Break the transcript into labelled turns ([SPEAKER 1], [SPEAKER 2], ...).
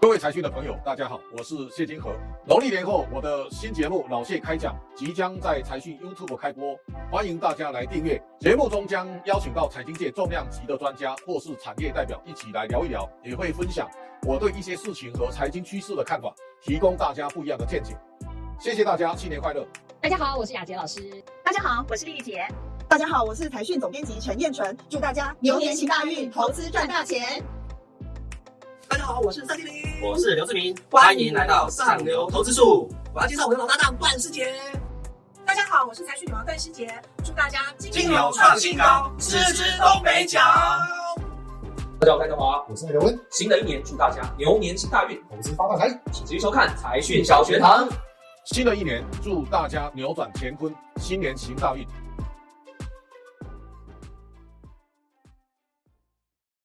[SPEAKER 1] 各位财讯的朋友，大家好，我是谢金河。农历年后，我的新节目《老谢开讲》即将在财讯 YouTube 开播，欢迎大家来订阅。节目中将邀请到财经界重量级的专家或是产业代表一起来聊一聊，也会分享我对一些事情和财经趋势的看法，提供大家不一样的见解。谢谢大家，新年快乐！
[SPEAKER 2] 大家好，我是雅洁老师。
[SPEAKER 3] 大家好，我是丽丽姐。
[SPEAKER 4] 大家好，我是财讯总编辑陈燕纯，祝大家
[SPEAKER 2] 牛年行大运，投资赚大钱。
[SPEAKER 5] 大家好，我是张经理，
[SPEAKER 6] 我是刘志明，
[SPEAKER 5] 欢迎来到上流投资术。我要介绍我的老搭档段师杰。
[SPEAKER 3] 大家好，我是财讯女王段师杰，祝大家
[SPEAKER 5] 金牛创新高，支支东北角。
[SPEAKER 6] 大家好，我是戴德华。
[SPEAKER 7] 我是刘文，
[SPEAKER 6] 新的一年，祝大家牛年行大运。
[SPEAKER 7] 投资发大财。
[SPEAKER 6] 请继续收看财讯小学堂。
[SPEAKER 1] 新的一年，祝大家扭转乾坤，新年行大运，